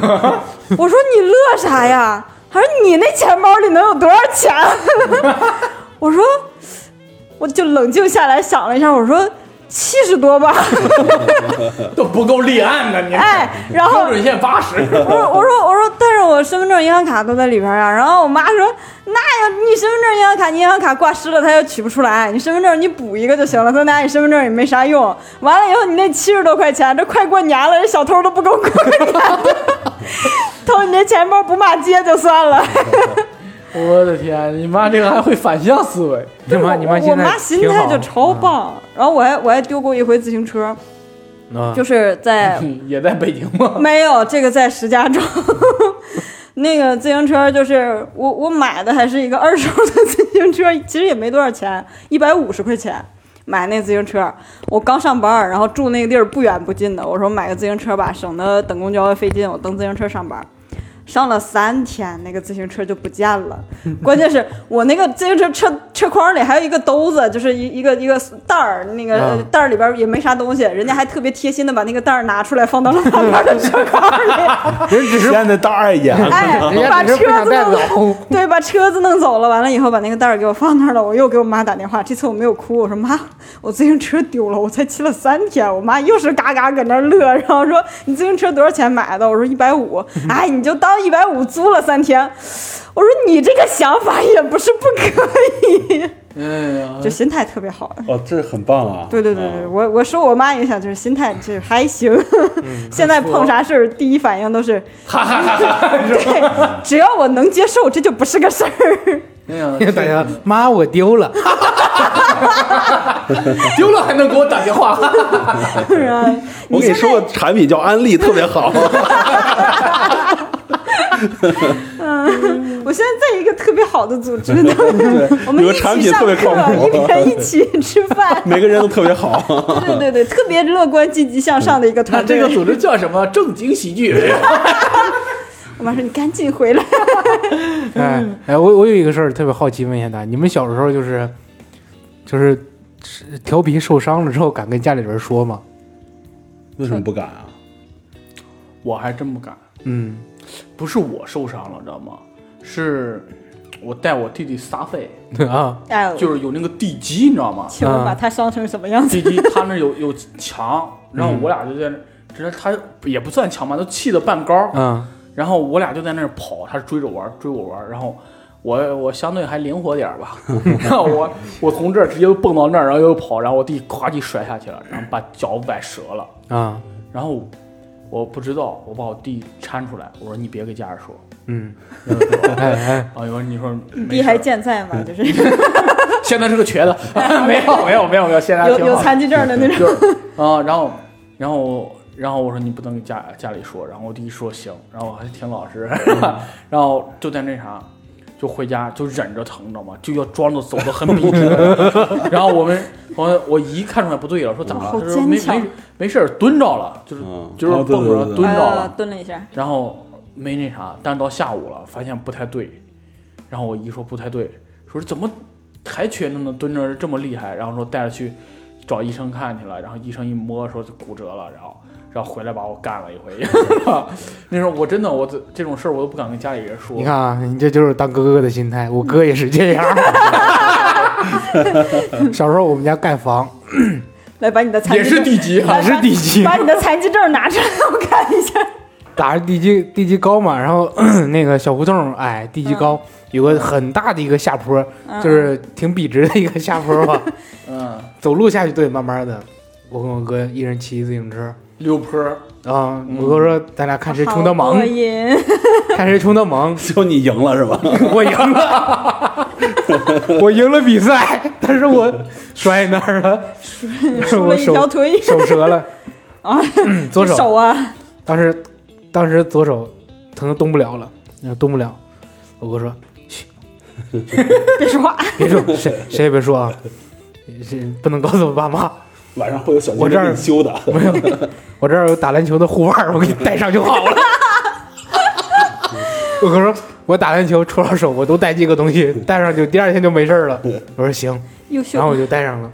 我说你乐啥呀？她说你那钱包里能有多少钱？ 我说我就冷静下来想了一下，我说七十多吧，
都不够立案的你，
哎，然后
标准线八十。
我说我说我说，但是我身份证、银行卡都在里边儿啊。然后我妈说，那要你身份证、银行卡，你银行卡挂失了，它又取不出来，你身份证你补一个就行了。他拿你身份证也没啥用。完了以后，你那七十多块钱，这快过年了，这小偷都不够过年的， 偷你这钱包不骂街就算了。
我的天，你妈这个还会反向思维，
你妈你妈
我
现在
妈心态就超棒。然后我还我还丢过一回自行车，
啊，
就是在
也在北京吗？
没有，这个在石家庄。 那个自行车就是我我买的还是一个二手的自行车，其实也没多少钱，一百五十块钱买那自行车。我刚上班儿，然后住那个地儿不远不近的，我说买个自行车吧，省得等公交费劲，我蹬自行车上班儿。上了三天，那个自行车就不见了。关键是我那个自行车车车筐里还有一个兜子，就是一一个一个袋儿，那个
嗯
袋儿里边儿也没啥东西，人家还特别贴心的把那个袋儿拿出来放到了旁边的车筐里，
人只是
现在大二眼，
哎
人，家
把
只
车
是不想
子
带
弄
走，
对，把车子弄走了，完了以后把那个袋儿给我放那儿了。我又给我妈打电话，这次我没有哭，我说妈，我自行车丢了，我才骑了三天。我妈又是嘎嘎搁那儿乐，然后说你自行车多少钱买的？我说一 百五，哎，你就当一百五租了三天。我说你这个想法也不是不可以，
哎呀，
就心态特别好。
哦，这很棒啊！
对对对对，我我受我妈影响就是心态就是还行， 现在碰啥事儿第一反应都是
哈哈哈哈！
对， 只要我能接受，这就不是个事儿。
哎呀，
大家妈我丢了，
丢了还能给我打电话？
不然
我跟你
现在
说个产品叫安利，特别好。
我现在在一个特别好的组织呢， 我们
有
一
个产
起
品
上
特别
课，
靠谱，
一边一起吃饭
每个人都特别好，
对对对对，特别乐观、积极向上的一
那
个团队。
这个组织叫什么？正经喜剧。
我妈说你赶紧回来，
哎哎，我我有一个事儿特别好奇，问一下大家，你们小时候就是就是是调皮受伤了之后，敢跟家里人说吗？
为什么不敢啊？
我还真不敢，
嗯，
不是我受伤了，知道吗？是我带我弟弟撒狒，
啊，
哎呦，
就是有那个地基，你知道吗？
就是把他伤成什么样子？
地基他那有有墙，然后我俩就在那，直接他也不算墙吧，都气得半高，
嗯
然后我俩就在那儿跑，他追着玩，追我玩，然后我我相对还灵活点儿吧，然后我我从这儿直接蹦到那儿，然后又跑，然后我弟咵就摔下去了，然后把脚崴折了，
啊，
然后我不知道，我把我弟搀出来，我说你别给家人说，
嗯，
然后说
哎哎，
啊，有人你说
你
没
弟
事
还
儿，
健在吗？就是
现在是个 瘸子，没有没有没有没有，现在
有
挺
有
好的
残疾证的那种。
就是啊、然后然后然后我说你不能跟家家里说，然后我弟说行，然后我还挺老实，
嗯
然后就在那啥。就回家就忍着疼，你知道吗？就要装着走得很笔 直。然后我们，我我姨看出来不对了，说怎么了？
哦哇好
他说没
坚强
没没事儿，蹲着了，就是、
嗯
就是
哦对
蹦着、
对对对，
蹲着了
呃，。蹲了一下，
然后没那啥，但是到下午了，发现不太对。然后我姨说不太对，说怎么还瘸着呢，蹲着这么厉害。然后说带着去找医生看去了，然后医生一摸说就骨折了，然后然后回来把我干了一回。 那时候我真的我这这种事儿我都不敢跟家里人说。
你看啊，你这就是当哥哥的心态，我哥也是这样。 小时候我们家盖房
来把你的残
也
疾
是
证，
地基啊，
也是地基，
把你的残疾证拿出来，我看一下。
打着地基地基高嘛，然后 那个小胡同矮，地基高，有个很大的一个下坡，就是挺笔直的一个下坡吧，
嗯，
走路下去都得慢慢的。我跟我哥一人骑自行车，
溜坡儿，
啊、
嗯
我哥说咱俩看谁冲得
好
猛
过，瘾，
看谁冲得 猛
就你赢了是吧？
我赢了， 我赢了比赛，但是我摔那儿了，
输
我
了一条
手
腿
手折了，
啊，
嗯左手，
手啊，
当时当时左手疼的动不了了，嗯动不了，我哥说
别说话，
别说，谁谁也别说啊，这不能告诉我爸妈，
晚上会有小精
我这
灵
儿
给你修的。
没有，我这儿有打篮球的护腕儿，我给你带上就好了。我哥说，我打篮球戳到手，我都带这个东西，带上就第二天就没事儿了。我说行，
优
然后
秀
我，就带上了。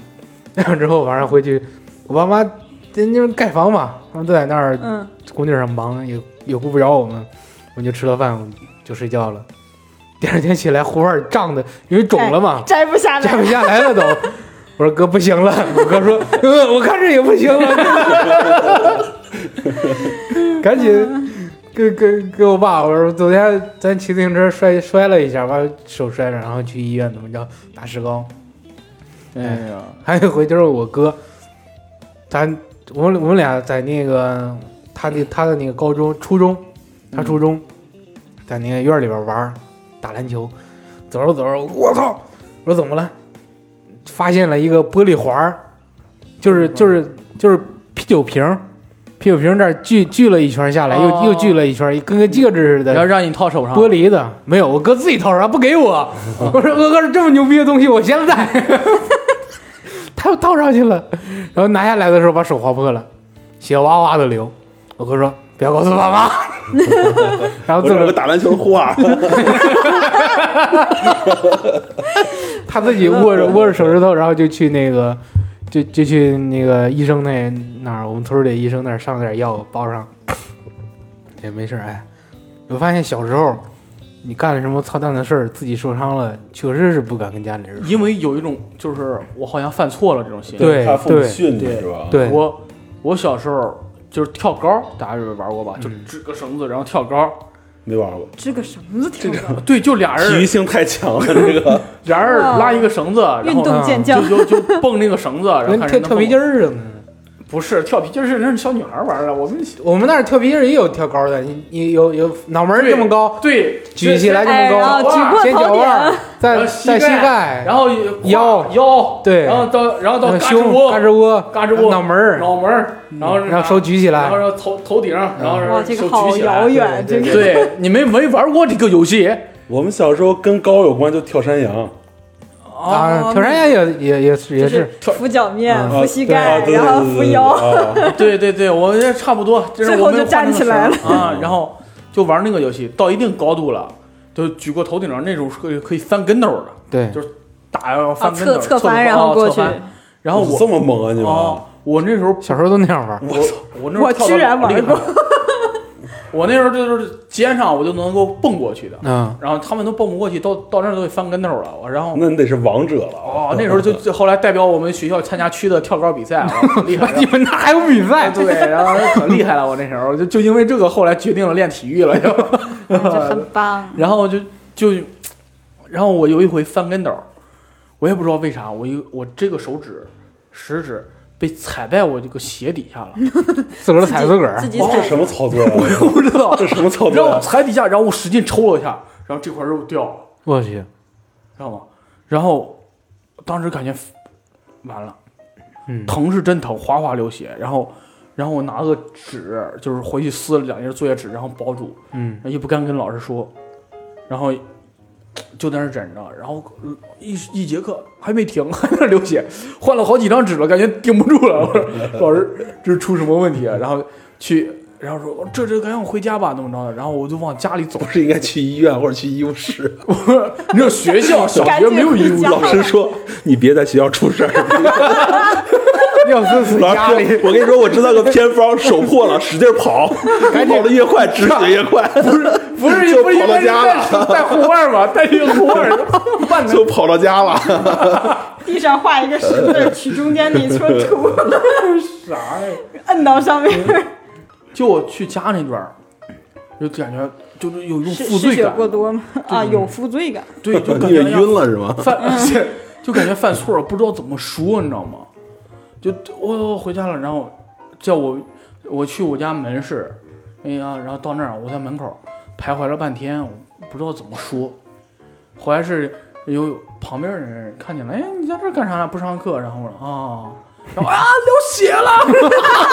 带上之后晚上回去，我爸妈因为盖房嘛，他们都在那儿
嗯，
工地上忙，也也顾不着我们，我们就吃了饭，我们就睡觉了。第二天起来，护腕儿胀的，因为肿了嘛，
摘不下
摘
来
不，下来了都。我说哥不行了，我哥说，呃，我看这也不行了， 赶紧跟跟跟我爸我说，昨天咱骑自行车摔摔了一下，把手摔着，然后去医院怎么着打石膏。
哎呀，
还有一回就是我哥，咱我们我们俩在那个他的他的那个高中初中，他初中、在那个院里边玩儿打篮球，走着走着，我操！我说怎么了？发现了一个玻璃环儿，
嗯
就是就是就是啤酒瓶儿，啤酒瓶儿这儿聚聚了一圈下来，
哦
又又聚了一圈，跟个戒指似的
然后，让你套手上，
玻璃的，啊没有，我哥自己掏出来不给 我。我说我哥这么牛逼的东西，我先带。 他又套上去了，然后拿下来的时候把手划破了，血哇哇的流。我哥说不要告诉爸 妈，然后
我
自个
这有
儿
个打篮球的护腕，
他自己 握着握着手指头，然后就去那个，就就去那个医生那那儿，我们村儿里医生那儿上了点药包上， 也没事儿。哎，我发现小时候你干了什么操蛋的事儿，自己受伤了，确实是不敢跟家里人说。
因为有一种就是我好像犯错了这种心理。
对
他父母
对
训你
对
是吧？
对，
啊我我小时候就是跳高，大家有玩过吧？就
嗯
支个绳子，然后跳高。
没玩过，
支个绳子跳高，
对，就俩
体育
人，
性太强了，这个
俩人拉一个绳子，然
运
后
动健将
就，就就蹦那个绳子，然后
跟
看
嗯跳
谁能
跳皮筋
蹦。嗯
儿似的。
不是跳皮筋儿是那是小女孩玩的，我们
我们那儿跳皮筋儿也有跳高的，你你有有脑门儿这么高，
对
举起来这么
哎，然后
高，
举过
先脚
头顶，
腕儿，
然
再
后
再膝盖，
然后胯
腰
腰，
对
然后到然后到
呃
胳肢
胸、
窝
胳肢窝、
胳肢窝
脑门儿，
脑门儿，然后
然后手举起
然，
来
后头头顶，然后
哇，
手
这个好
举起
遥
来。
远，这
对
个
对，你们没玩过这个游戏
我们小时候跟高有关就跳山羊，
啊，跳山羊也也也是也，
哦就是扶脚面、
嗯
扶膝
啊
盖，
对对
然后
对
扶
对对
腰，
啊
对对对，我们这差不多，这是
最后
我们
就站起来了
啊，然后就玩那个游戏，到一定高度了，都举过头顶上那种是可以可以翻跟斗的，
对
就，是打要翻跟斗、
啊侧侧
侧
翻然后过去，
哦侧翻然后我
这么猛啊你们！
哦，我那时候
小时候都那样玩儿。
我我那时候
我
跳得
居然玩
厉害了， 我那时候就是肩上我就能够蹦过去的，
嗯，。
然后他们都蹦不过去，到到那儿都得翻跟头了，我然后。
那你得是王者了
哦，那时候就就后来代表我们学校参加区的跳高比赛，我很厉害
们那还有比赛
啊 对，然后可厉害了，我那时候就就因为这个，后来决定了练体育了，就。
嗯就很 棒。
然后就就，然后我有一回翻跟斗儿，我也不知道为啥，我一我这个手指食指被踩在我这个鞋底下了，
自个儿踩自个儿
自。己
哇
踩
这什么操作啊？
我也不知道
这，什么操
然
作
后我
啊？
踩底下，然后我使劲抽了一下，然后这块肉掉了，
我去，
知道吗？然后当时感觉完了，
嗯，
疼是真疼，哗哗流血，然后。然后我拿个纸，就是回去撕了两页作业纸，然后包住，
嗯，
也不敢跟老师说，然后就在那儿忍着，然后呃一一节课还没停，还在那儿流血，换了好几张纸了，感觉顶不住了。我说 老师，这是出什么问题啊？然后去，然后说这这赶紧回家吧，怎么着的？然后我就往家里走
不，是应该去医院或者去医务室？
你知道学校小学没有医务
赶紧回家
室，
老师说你别在学校出事儿。
要死死
老
压
师
力，
说，我跟你说，我知道个偏方，手破了使劲跑， 跑得越快止血越快，不是
不是
就
不是应
跑到
该是
家了，
带带护腕吗？带一个护腕， 万能
就跑到家了。
地上画一个十字儿，取中间那一撮土，
啥呀？
摁到上面。
就我去家那段儿，就感觉就是有一种
是
负
失
罪
血
感，
过多吗？啊，有负罪感。
对，就感
你也
觉
晕了是吗？
犯 就感觉犯错了，不知道怎么说，你知道吗？就我、我回家了，然后叫我我去我家门市，哎呀，然后到那儿我在门口徘徊了半天，我不知道怎么说。后来是有旁边的人看见了，哎，你在这儿干啥呢？不上课？然后我说啊。然后啊，流血了，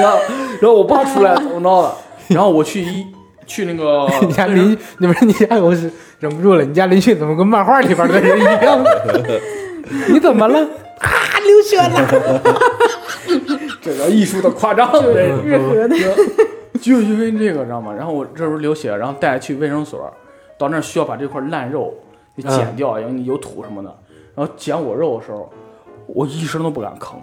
然后然后我爸出来怎么着了？然后我去医去那个
你家
啊
邻居，你不是你家有是忍不住了，你家邻居怎么跟漫画里边的人一样？ 你怎么了？啊，流血了！
这个艺术的夸张，这
日和的
就因为这个，知道吗？然后我这时候流血，然后带去卫生所，到那儿需要把这块烂肉给剪掉，
嗯
因为你有土什么的。然后剪我肉的时候，我一声都不敢吭，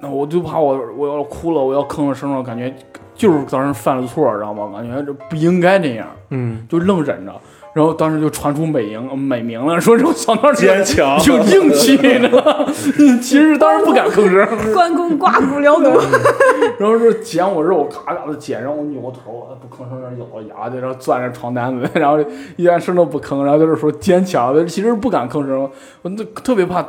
那我就怕我我要哭了，我要吭了声了，感觉就是当时犯了错，知道吗？感觉这不应该这样，
嗯，
就愣忍着。然后当时就传出美名美名了，说这种小闹
坚强
有硬气，你知道吗？其实当时不敢吭声。
关公刮骨疗毒，
然后说剪我肉，咔咔的剪，然后我扭过头，我不吭声，那咬着牙在那攥着床单子，然后一点声都不吭，然后就是说坚强，其实不敢吭声，我那特别怕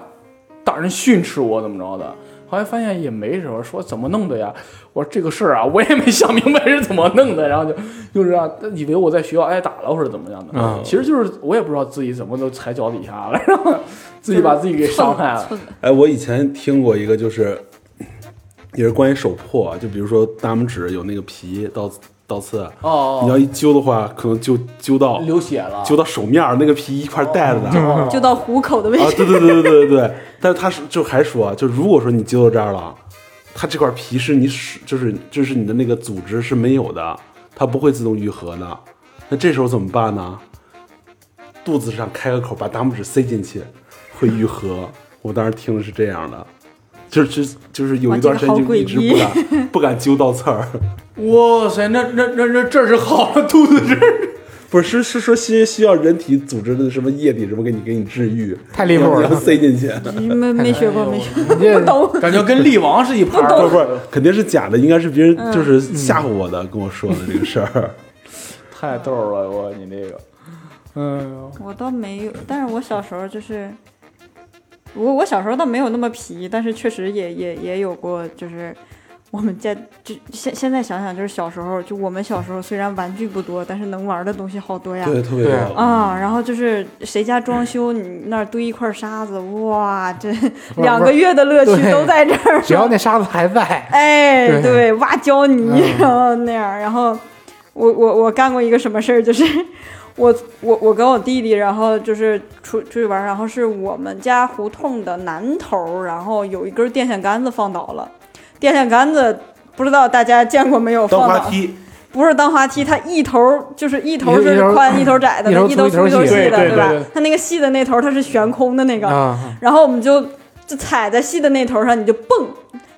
大人训斥我怎么着的。后来发现也没什么，说怎么弄的呀？我说这个事儿啊，我也没想明白是怎么弄的，然后就就是啊，以为我在学校挨打了或者怎么样的，
嗯
其实就是我也不知道自己怎么都踩脚底下了，然后自己把自己给伤害了。
蹭蹭
哎，我以前听过一个，就是也是关于手破，啊就比如说大拇指有那个皮倒倒刺，
哦，
你要一揪的话，可能就揪到
流血了，
揪到手面儿那个皮一块带着的。
哦
就到虎口的位
啊，
置。
对对对对对对对，但是他是就还说啊，就如果说你揪到这儿了，它这块皮是你使，就是就是你的那个组织是没有的，它不会自动愈合的。那这时候怎么办呢？肚子上开个口，把大拇指塞进去，会愈合。我当时听的是这样的，就是就是就是有
哇
一段时
这个
间
好
就一直
诡
不敢 不敢揪到刺儿，
哇塞，那那那那这是好了，肚子这儿
不是是是说需需要人体组织的什么液体什么给你给你治愈，
太离谱了
你要塞 进去。
没没学过，没学过，
你这
不 懂。
感觉跟力王是一盘
不
儿。
不是不是，肯定是假的，应该是别人就是吓唬我的，跟我说的这个事儿。
太逗了，我你这个，嗯，
我倒没有，但是我小时候就是，我我小时候倒没有那么皮，但是确实也也也有过，就是我们家就现现在想想，就是小时候，就我们小时候虽然玩具不多，但是能玩的东西好多呀。
对，特别
对
多。
啊、然后就是谁家装修，你那儿堆一块沙子，哇，这
不是
两个月的乐趣
对
都在这 儿。
只要那沙子还在，
哎，
对
对，挖胶泥，然后那样，然后我我我干过一个什么事儿，就是我我我跟我弟弟，然后就是出出去玩儿，然后是我们家胡同的南头儿，然后有一根电线杆子放倒了，电线杆子不知道大家见过没有
当
放
滑
倒。
梯，
不是当滑梯，它一头就是一头
一头
是宽，一头窄的，
一头粗
一头粗
一头
头
细
细的，
对对
吧
对对？
它那个细的那头它是悬空的那个，
啊，
然后我们就就踩在细的那头上，你就蹦，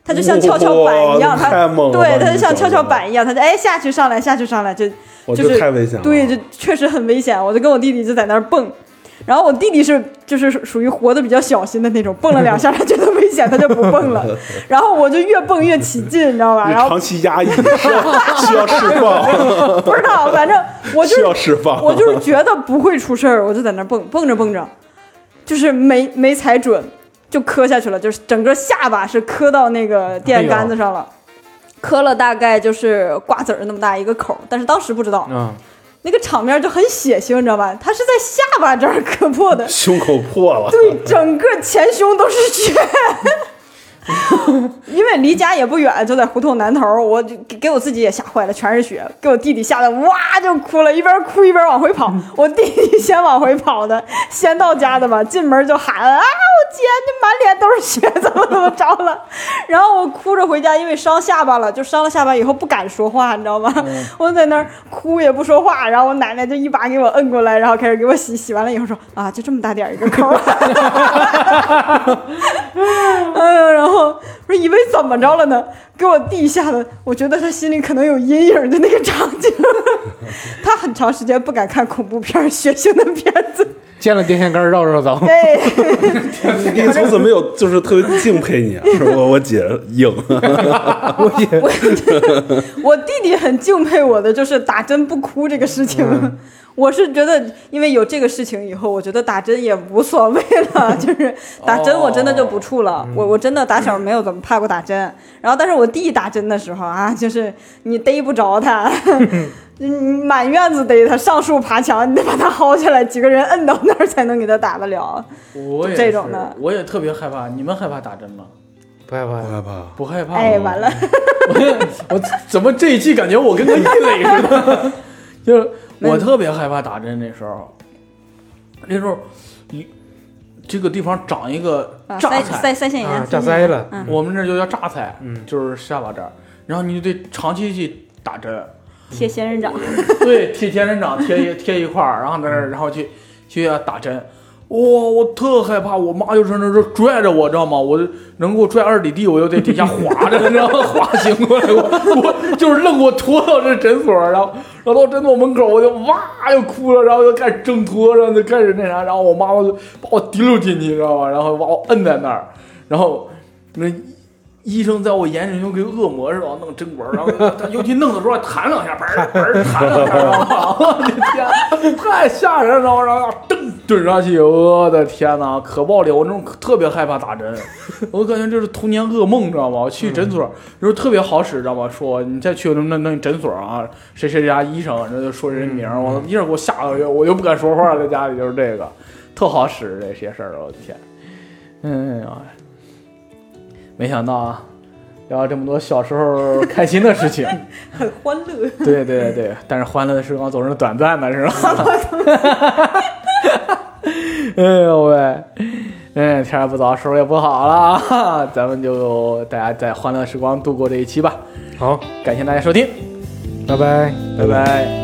它就像跷跷板一样，
哇
它
太猛了吧，
对，它
你
就像跷
这
跷板一样，它就哎下去上来下去上来，就
我
就是
这太危险了。
对，就确实很危险。我就跟我弟弟就在那儿蹦，然后我弟弟是就是属于活得比较小心的那种，蹦了两下他觉得危险，他就不蹦 了。然后我就越蹦越起劲，你知道吧？
你
然后
长 期压抑需要需要释放，
不知道，反正我就
需
是
要释放。，
我就是觉得不会出事儿，我就在那儿蹦蹦着蹦着，就是没没踩准，就磕下去了，就是整个下巴是磕到那个电杆子上了，磕了大概就是瓜子儿那么大一个口儿，但是当时不知道，
嗯，
那个场面就很血腥，你知道吧？他是在下巴这儿磕破的
胸口破 了，
对，整个前胸都是血。 因为离家也不远，就在胡同南头儿，我就给给我自己也吓坏了，全是血，给我弟弟吓得哇就哭了，一边哭一边往回跑。我弟弟先往回跑的，先到家的嘛，进门就喊啊，我姐，你满脸都是血，怎么怎么着了？然后我哭着回家，因为伤下巴了，就伤了下巴以后不敢说话，你知道吗？我在那儿哭也不说话，然后我奶奶就一把给我摁过来，然后开始给我洗，洗完了以后说啊，就这么大点儿一个口儿。哎呀，然后我说以为怎么着了呢？给我弟吓得，我觉得他心里可能有阴影的那个场景， 他很长时间不敢看恐怖片儿、血腥的片子。
见了电线杆儿绕绕 走，
哎，
你从此没有就是特别敬佩你，啊是我我姐硬，
我也
我弟弟很敬佩我的就是打针不哭这个事情。 我是觉得，因为有这个事情以后，我觉得打针也无所谓了。就是打针，我真的就不怵了。我我真的打小没有怎么怕过打针。然后，但是我弟打针的时候啊， 就是你逮不着他， 你满院子逮他，上树爬墙，你得把他薅下来，几个人摁到那儿才能给他打得了。
我也
这
是
种的
我也特别害怕。你们害怕打针吗？
不害怕，
害怕。
不害怕。
哎，完了，
我怎么这一季感觉我跟个异类似的？ 就是我特别害怕打针，那时候，那时候，你这个地方长一个
啊
榨
腮
菜，
腮腮腺炎
啊，，炸腮了，
嗯
我们这儿就叫榨菜，
嗯
就是下巴这儿，然后你就得长期去打针，
贴仙人掌，
对，贴仙人掌贴一贴一块儿，然后在那儿，然后去去打针。哇、我特害怕，我妈就是那时候拽着我，知道吗？我能给我拽二里地，我就在底下滑着，然 后滑行过来，我我就是愣给我拖到这诊所，然后然后到诊所门口，我就哇就哭了，然后就开始挣脱，然后就开始那啥，然后我妈妈就把我提溜进去，知道吧？然后把我摁在那儿，然后那医生在我眼里就跟恶魔似的往那弄针管儿，然后他尤其弄的时候还弹两下，嘣儿嘣儿弹两下，然后我的天，太吓人了，然后然后噔怼上去，我的天哪，可暴力！我那种特别害怕打针，我感觉这是童年噩梦，你知道吗？我去诊所，时候特别好使，知道吗？说你再去那那那诊所啊，谁谁家医生，然后就说人名儿，我一下给我吓得我就不敢说话了，在家里就是这个，特好使这些事儿，我的天，嗯啊。没想到啊，聊了这么多小时候开心的事 情。
很欢乐。
对对对，但是欢乐的时光总是短暂的，是吧？ 哎呦喂，嗯，天儿不早，手也不好了啊，咱们就大家在欢乐时光度过这一期吧。
好，
感谢大家收听，
拜拜。
拜拜